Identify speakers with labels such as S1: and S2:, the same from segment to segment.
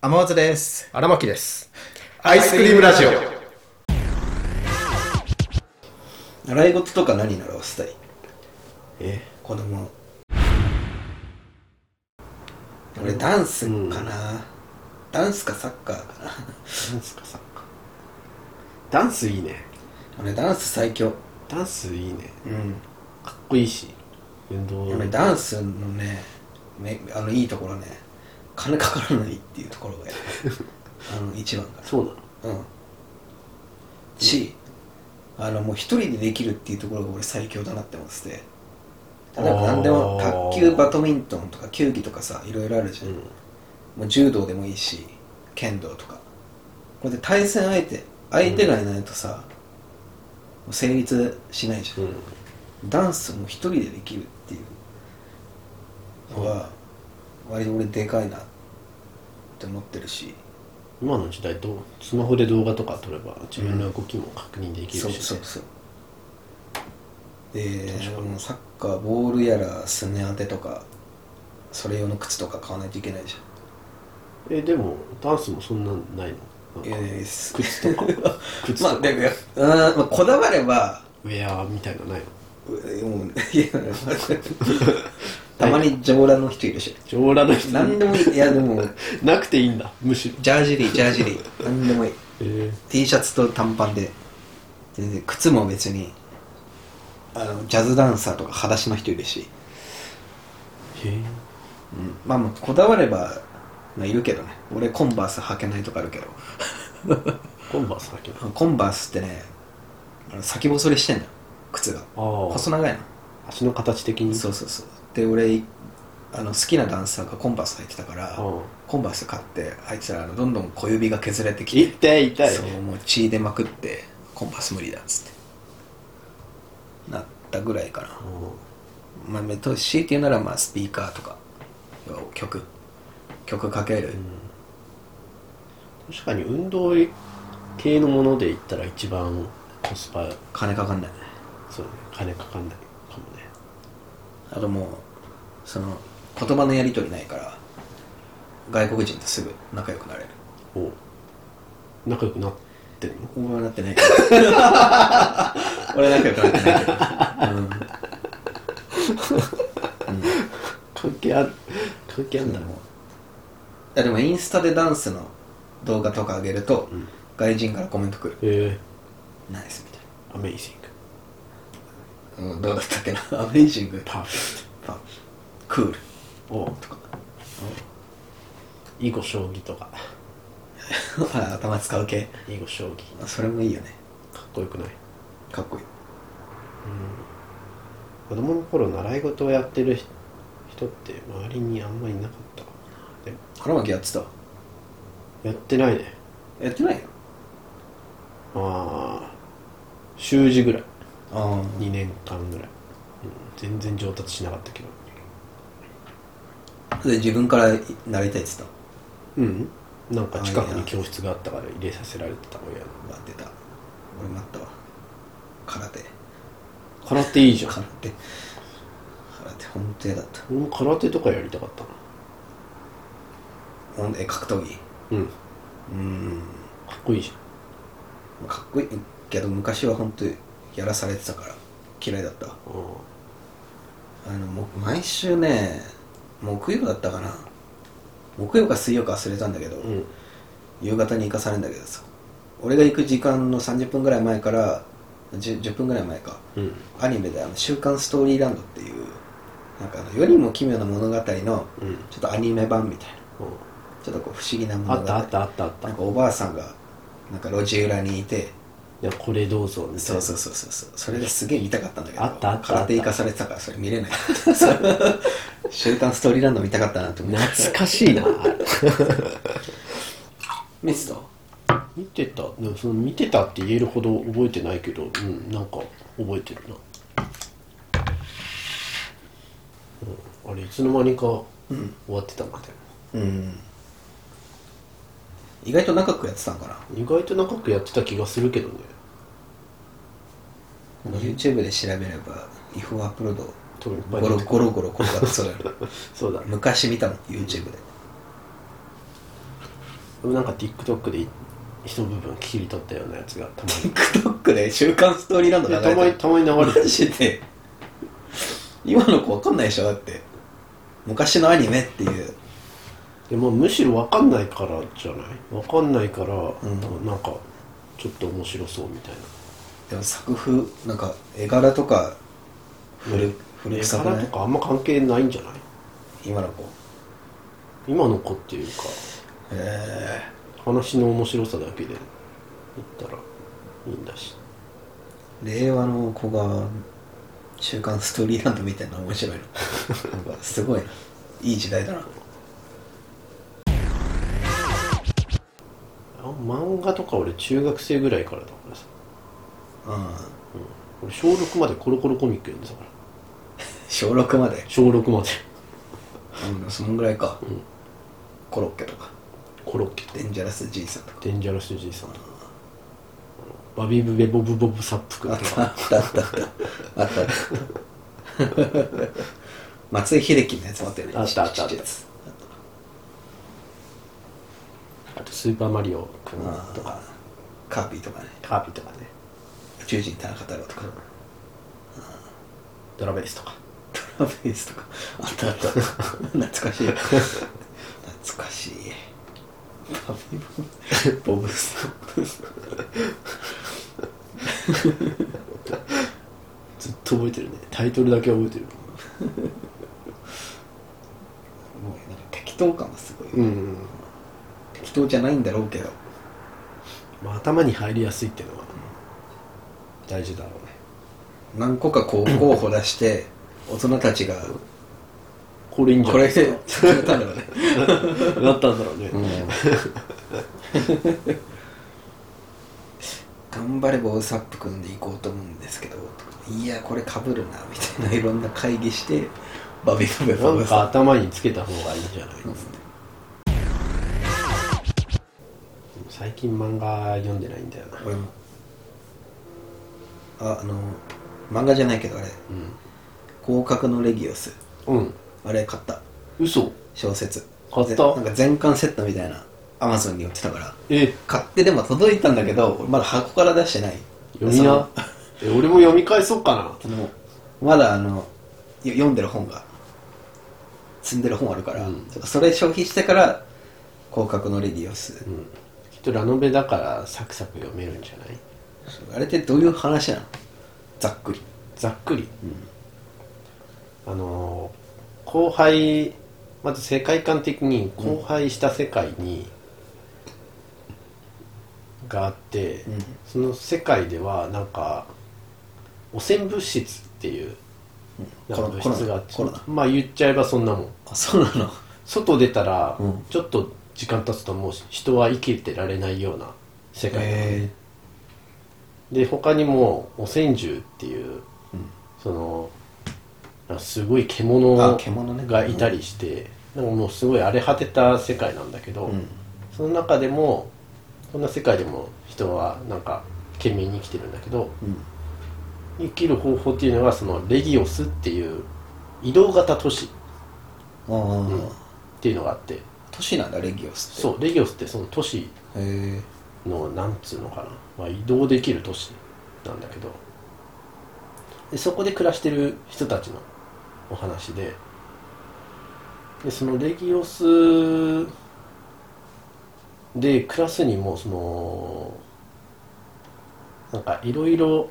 S1: 天松です。
S2: 荒牧です。
S1: アイスクリームラジオ
S3: 習い事とか何習わせたい
S2: え
S3: 子供の俺ダンスかな、ダンスかサッカーか
S2: ダ
S3: な
S2: ンスかサッカーダンスいいね
S3: 俺ダンス最強
S2: ダンスいいね
S3: うん
S2: かっこいいし運動
S3: 俺ダンスのねめあのいいところね金かからないっていうところがあの一番か
S2: そうなの
S3: なうんしあのもう一人でできるっていうところが俺最強だなって思ってて例えば何でも
S2: あー
S3: 卓球バドミントンとか球技とかさいろいろあるじゃん、
S2: うん
S3: もう柔道でもいいし剣道とかこれで対戦相手相手がいないとさ、もう成立しないじゃ
S2: う
S3: ん、
S2: ん
S3: ダンスも一人でできるっていうのは割と俺でかいなって思ってるし
S2: 今の時代とスマホで動画とか撮れば自分の動きも確認できるし、
S3: そうそうそうでもうサッカーボールやらすね当てとかそれ用の靴とか買わないといけないじゃん
S2: えでもダンスもそんなんないのなんか
S3: えー
S2: 靴とか靴と
S3: ま
S2: か、
S3: あでもうんまあこだわれば
S2: ウェアみたいなのないの
S3: うんもういやたまに上裸の人いるし
S2: 上裸の人
S3: 何でもいいいやでも
S2: なくていいんだむしろ
S3: ジャージでいいジャージでいい何でもいい
S2: え
S3: T シャツと短パンで全然靴も別にあのジャズダンサーとか裸足の人いるし、
S2: ー、へ
S3: うん、まあまあこだわれば、まあ、いるけどね俺コンバース履けないとかあるけど
S2: ーコンバースだけど
S3: コンバースってねあの先細りしてんのよ靴が
S2: あ
S3: 細
S2: あ
S3: 長いの
S2: 足の形的に
S3: そうそうそうで俺あの好きなダンサーがコンバース履いてたから
S2: うん
S3: コンバース買って履いてたらあのどんどん小指が削れてきて
S2: 痛い痛い
S3: そうもう血出まくってコンバース無理だっつってなったぐらいかなまあめとしいっていうならまあスピーカーとか要は曲曲かける
S2: うん確かに運動系のもので言ったら一番コスパ
S3: 金かかんない
S2: そうね金かかんないかもね
S3: あともうその言葉のやり取りないから外国人とすぐ仲良くなれる
S2: おう仲良くなってるの
S3: 俺はなってないけど 俺は仲良くなってないけど、うん
S2: 関係ある関係あんだ
S3: でもいやでもインスタでダンスの動画とか上げると、
S2: うん
S3: 外人からコメントくる
S2: え
S3: 「ナイス」みた
S2: ー、アメイジング
S3: いな、うん、どうだったっ けな「アメイジング」
S2: パーフェク
S3: パクール
S2: トおう」
S3: とか
S2: 囲碁将棋とか
S3: あ頭使う系
S2: 囲碁将棋
S3: あそれもいいよね
S2: かっこよくない
S3: かっこいい
S2: 子供の頃習い事をやってる人人って周りにあんまりいなかったかなでも
S3: 腹巻きやってた
S2: やってないね
S3: やってないよ
S2: ああ習字ぐらい
S3: ああ
S2: 2年間ぐらい、うん全然上達しなかったけど
S3: で自分からなりたいっつった
S2: うんなんか近く
S3: あいい
S2: に
S3: な
S2: 教室があったから入れさせられてた親に
S3: 待ってた俺待ったわ空手
S2: 空手いいじゃ
S3: 空
S2: ん
S3: 手空手本当嫌だった
S2: 俺も空手とかやりたかったな
S3: ほんえ格闘技
S2: うんか
S3: うん
S2: っこいいじ
S3: かっこいいけど昔は本当にやらされてたから嫌いだったわ
S2: ゃんうん
S3: あのもう毎週ね木曜だったかな木曜か水曜か忘れたんだけど、
S2: うん
S3: 夕方に行かされるんだけどさ俺が行く時間の30分ぐらい前から 10, 10分ぐらい前か
S2: うん
S3: アニメであの「週刊ストーリーランド」っていうなんかあの世にも奇妙な物語のちょ
S2: うんうん
S3: っとアニメ版みたいなちょっとこう不思議な
S2: あ
S3: 物
S2: っ
S3: 語
S2: たあったあったあった
S3: な
S2: い
S3: んかおばあさんがなんか路地裏にいて
S2: やこれどうぞみたいな
S3: そうそうそうそうそうそれですげえ見たかったんだけど
S2: あったあったあった
S3: 空手行かされてたからそれ見れない週刊ストーリーランド見たかったなと思って
S2: 懐かしいな
S3: ミスト
S2: 見てたでもその見てたって言えるほど覚えてないけどうんなんか覚えてるな、うん、あれいつの間にか終わってたなで
S3: うん意外と長くやってたんかな
S2: も意外と長くやってた気がするけどね
S3: YouTube で調べれば違法アップロード
S2: 多分いっぱい
S3: ゴ
S2: 出
S3: ロ
S2: てく
S3: ゴ
S2: る
S3: ロゴロ転がってそうだよ
S2: そうだね
S3: 昔見たもん YouTube で
S2: 俺なんか TikTok で一部分切り取ったようなやつがたま
S3: TikTok で「週刊ストーリーランド」
S2: に
S3: 流
S2: いやたま
S3: れ
S2: に
S3: て
S2: たまに流れて
S3: マジで今の子わかんないでしょだって昔のアニメっていう
S2: でもむしろ分かんないからじゃない分かんないから、
S3: ん
S2: なんかちょっと面白そうみたいな
S3: でも作風なんか絵柄とか古古
S2: 絵
S3: 臭くな
S2: 柄
S3: い
S2: とかあんま関係ないんじゃない
S3: 今の子
S2: 今の子っていうか
S3: え
S2: 話の面白さだけで言ったらいいんだし
S3: え令和の子が「週刊ストーリーランド」みたいなの面白いのなんかすごいないい時代だな
S2: あ漫画とか俺中学生ぐらいからだからさ
S3: うん
S2: 俺小6までコロコロコミック読んでたから
S3: 小6まで
S2: 小6まで
S3: うんそのぐらいか、コロッケとか
S2: コロッケと
S3: デンジャラス爺さんとか
S2: デンジャラスじいさんとかあのバビブベボブボブサップくん
S3: あっ
S2: と
S3: た
S2: か
S3: あったあったあったあったあった松井秀喜のやつもあったよね
S2: あったあったあった
S3: ちちやつ
S2: あとスーパーマリオくん
S3: うん
S2: と
S3: と
S2: か
S3: かカービィとかね
S2: カービィとかね
S3: 宇宙人田中太郎とか
S2: ドラベースとか
S3: ドラベースとかあったあった懐かしい懐かしいバビボブボブス
S2: ずっと覚えてるねタイトルだけ覚えてる
S3: もうなんか適当感がすごい、
S2: うんうん、うん
S3: 適当じゃないんだろうけど
S2: まあ、頭に入りやすいっていうのは大事だろうね
S3: 何個かこう候補出して大人たちが
S2: これいいんじゃ
S3: こ
S2: ない
S3: れ
S2: です
S3: で
S2: か
S3: 作れたんだろうね
S2: なったんだろうね、
S3: 頑張れボーサップくんで行こうと思うんですけどいやこれかぶるなみたいないろんな会議してバビバビバ
S2: な
S3: ビ
S2: んか
S3: さ
S2: 頭につけた方がいいんじゃないで
S3: ん
S2: すか最近漫画読んでないんだよな
S3: 俺もああの漫画じゃないけどあれ「広角のレギオス
S2: うん、うん、」
S3: あれ買った
S2: 嘘
S3: 小説
S2: 買った
S3: ぜなんか全巻セットみたいなアマゾンに売ってたから
S2: え
S3: 買ってでも届いたんだけど俺まだ箱から出してない
S2: 読みな え俺も読み返そうかな
S3: そのまだあのよ読んでる本が積んでる本あるから、
S2: うん
S3: ちょっとそれ消費してから「広角のレディオス
S2: うんきっとラノベだからサクサク読めるんじゃない」
S3: あれってどういう話なのざっくり
S2: ざっくり、あのー後輩まず世界観的に荒廃した世界に、があって、
S3: ん
S2: その世界ではなんか汚染物質っていう
S3: う
S2: な
S3: ん
S2: んか
S3: コロ
S2: 物質があっ
S3: コロナコ
S2: てまあ言っちゃえばそんなもん
S3: あそうなの
S2: 外出たら
S3: うん
S2: ちょっと時間経つともう人は生きてられないような世界なの
S3: へ
S2: で他にも汚染獣っていう、
S3: うん
S2: そのなんかすごい獣
S3: あ獣ね
S2: がいたりして、なんかもうすごい荒れ果てた世界なんだけど、
S3: えうん
S2: その中でもこんな世界でも人はなんか懸命に生きてるんだけど
S3: うん
S2: 生きる方法っていうのはそのレギオスっていう移動型都市っ
S3: ああ、
S2: ていうのがあって
S3: 都市なんだレギオスって
S2: そうレギオスってその都市
S3: うへえ
S2: のなんつうのかな、まあ、移動できる都市なんだけどでそこで暮らしてる人たちのお話ででそのレギオスで暮らすにもそのなんかいろいろ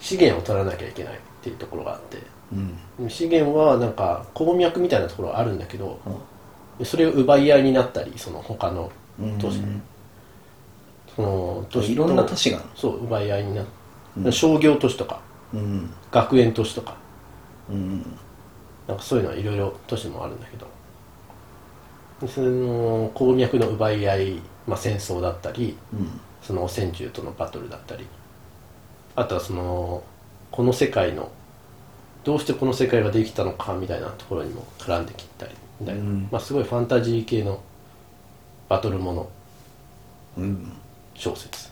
S2: 資源を取らなきゃいけないっていうところがあって
S3: うん
S2: で資源はなんか鉱脈みたいなところはあるんだけどでそれを奪い合いになったりその他の
S3: うん
S2: 都市その
S3: 都
S2: 都
S3: 市
S2: 市と
S3: といろんな都市がある
S2: そう奪い合いになって、
S3: うん
S2: 商業都市とか
S3: うん
S2: 学園都市とか
S3: うん
S2: なんかそういうのはいろいろ都市もあるんだけどでその鉱脈の奪い合い、まあ、戦争だったり
S3: うん
S2: その汚染獣とのバトルだったりあとはそのこの世界のどうしてこの世界ができたのかみたいなところにも絡んできたりみたいな、
S3: うん
S2: まあ、すごいファンタジー系のバトルもの
S3: うん
S2: 小説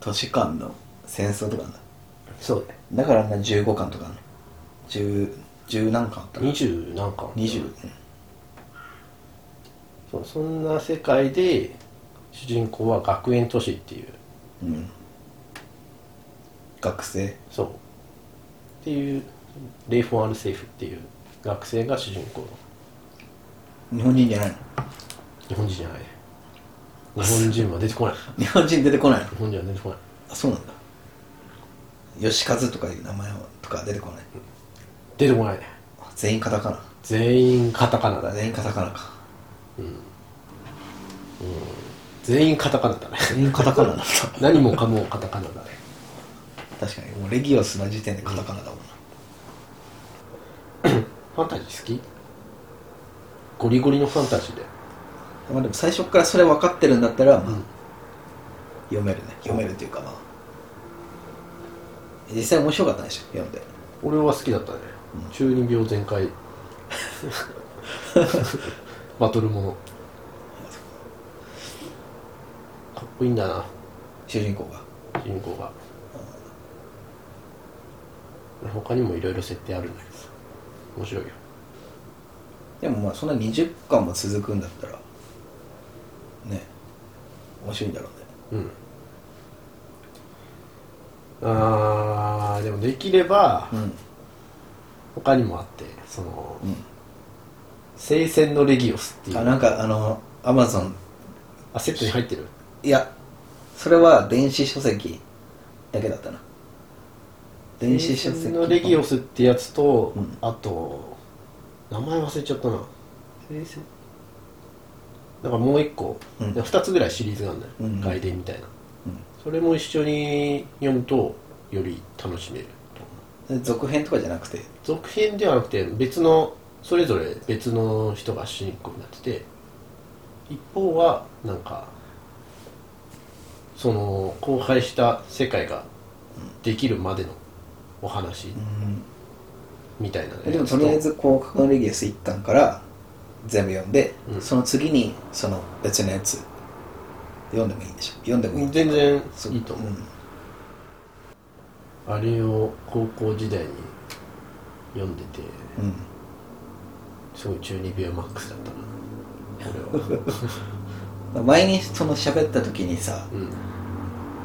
S3: 都市間の戦争とかなんだ
S2: そうね
S3: だからあんな15巻とかあんの10 10何巻あったの
S2: 20何巻
S3: 20
S2: そうそんな世界で主人公は学園都市っていう
S3: うん学生
S2: そうっていうレイ・フォン・アル・セイフっていう学生が主人公
S3: 日本人じゃないの
S2: 日本人じゃない日本人は出てこない
S3: 日本人出てこないの
S2: 日本人は出てこない
S3: あそうなんだ吉和とかいう名前はとか出てこない
S2: 出てこないね
S3: あ全員カタカナ
S2: 全員カタカナだ
S3: あ
S2: ね
S3: 全員カタカナか
S2: 全員カタカナだね
S3: 全員カタカナなんだ
S2: 何もかもカタカナだね
S3: 確かにもうレギオスな時点でカタカナだもんな
S2: ファンタジー好きゴリゴリのファンタジーで
S3: まあでも最初からそれ分かってるんだったら、まあ
S2: うん
S3: 読めるね読めるっていうかまあ実際面白かったでしょ読んで
S2: 俺は好きだったね、
S3: うん
S2: 中二病全 開バトルものかっこいいんだな
S3: 主人公が
S2: 主人公が他にもいろいろ設定あるんだけど面白いよ
S3: でもまあそんな20巻も続くんだったらね面白いんだろうね
S2: うんあーでもできれば
S3: ん
S2: 他にもあってその
S3: うん
S2: 「聖戦のレギオス」っていう
S3: あなんかあのアマゾン
S2: あセットに入ってる
S3: いやそれは電子書籍だけだったな電子
S2: 聖
S3: 書籍
S2: 戦のレギオスってやつと、
S3: うん
S2: あと名前忘れちゃったなだからもう一個、
S3: うん
S2: 二2つぐらいシリーズがあるんだよ、
S3: うん
S2: 外伝みたいな
S3: うん
S2: それも一緒に読むとより楽しめると
S3: で続編とかじゃなくて
S2: 続編ではなくて別のそれぞれ別の人が主人公になってて一方はなんかその荒廃した世界ができるまでのお話
S3: うん
S2: みたいなね、
S3: でもとりあえずこう「格のレギウス」一巻から全部読んで、
S2: うん
S3: その次にその別のやつ読んでもいいんでしょ読んでもいいんで
S2: 全然
S3: す
S2: いいと思う、
S3: ん
S2: あれを高校時代に読んでて
S3: うん
S2: すごい中二病マックスだったな俺 は
S3: 前にその喋った時にさ
S2: うん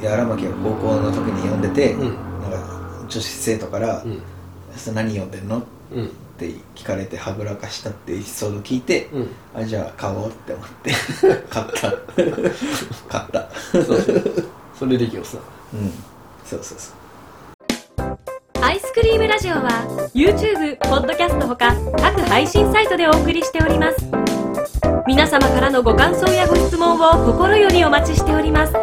S3: いや荒牧が高校の時に読んでて、
S2: うん
S3: なんか女子生徒から
S2: うん
S3: 「それ何読んでんの?」っ
S2: うん
S3: て聞かれてはぐらかしたってエピソード聞いて、
S2: うん
S3: あじゃあ買おうって思って買 った買った
S2: そうそうそれできよさ
S3: うんそうそうそう
S4: アイスクリームラジオは YouTube、ポッドキャストほか各配信サイトでお送りしております皆様からのご感想やご質問を心よりお待ちしております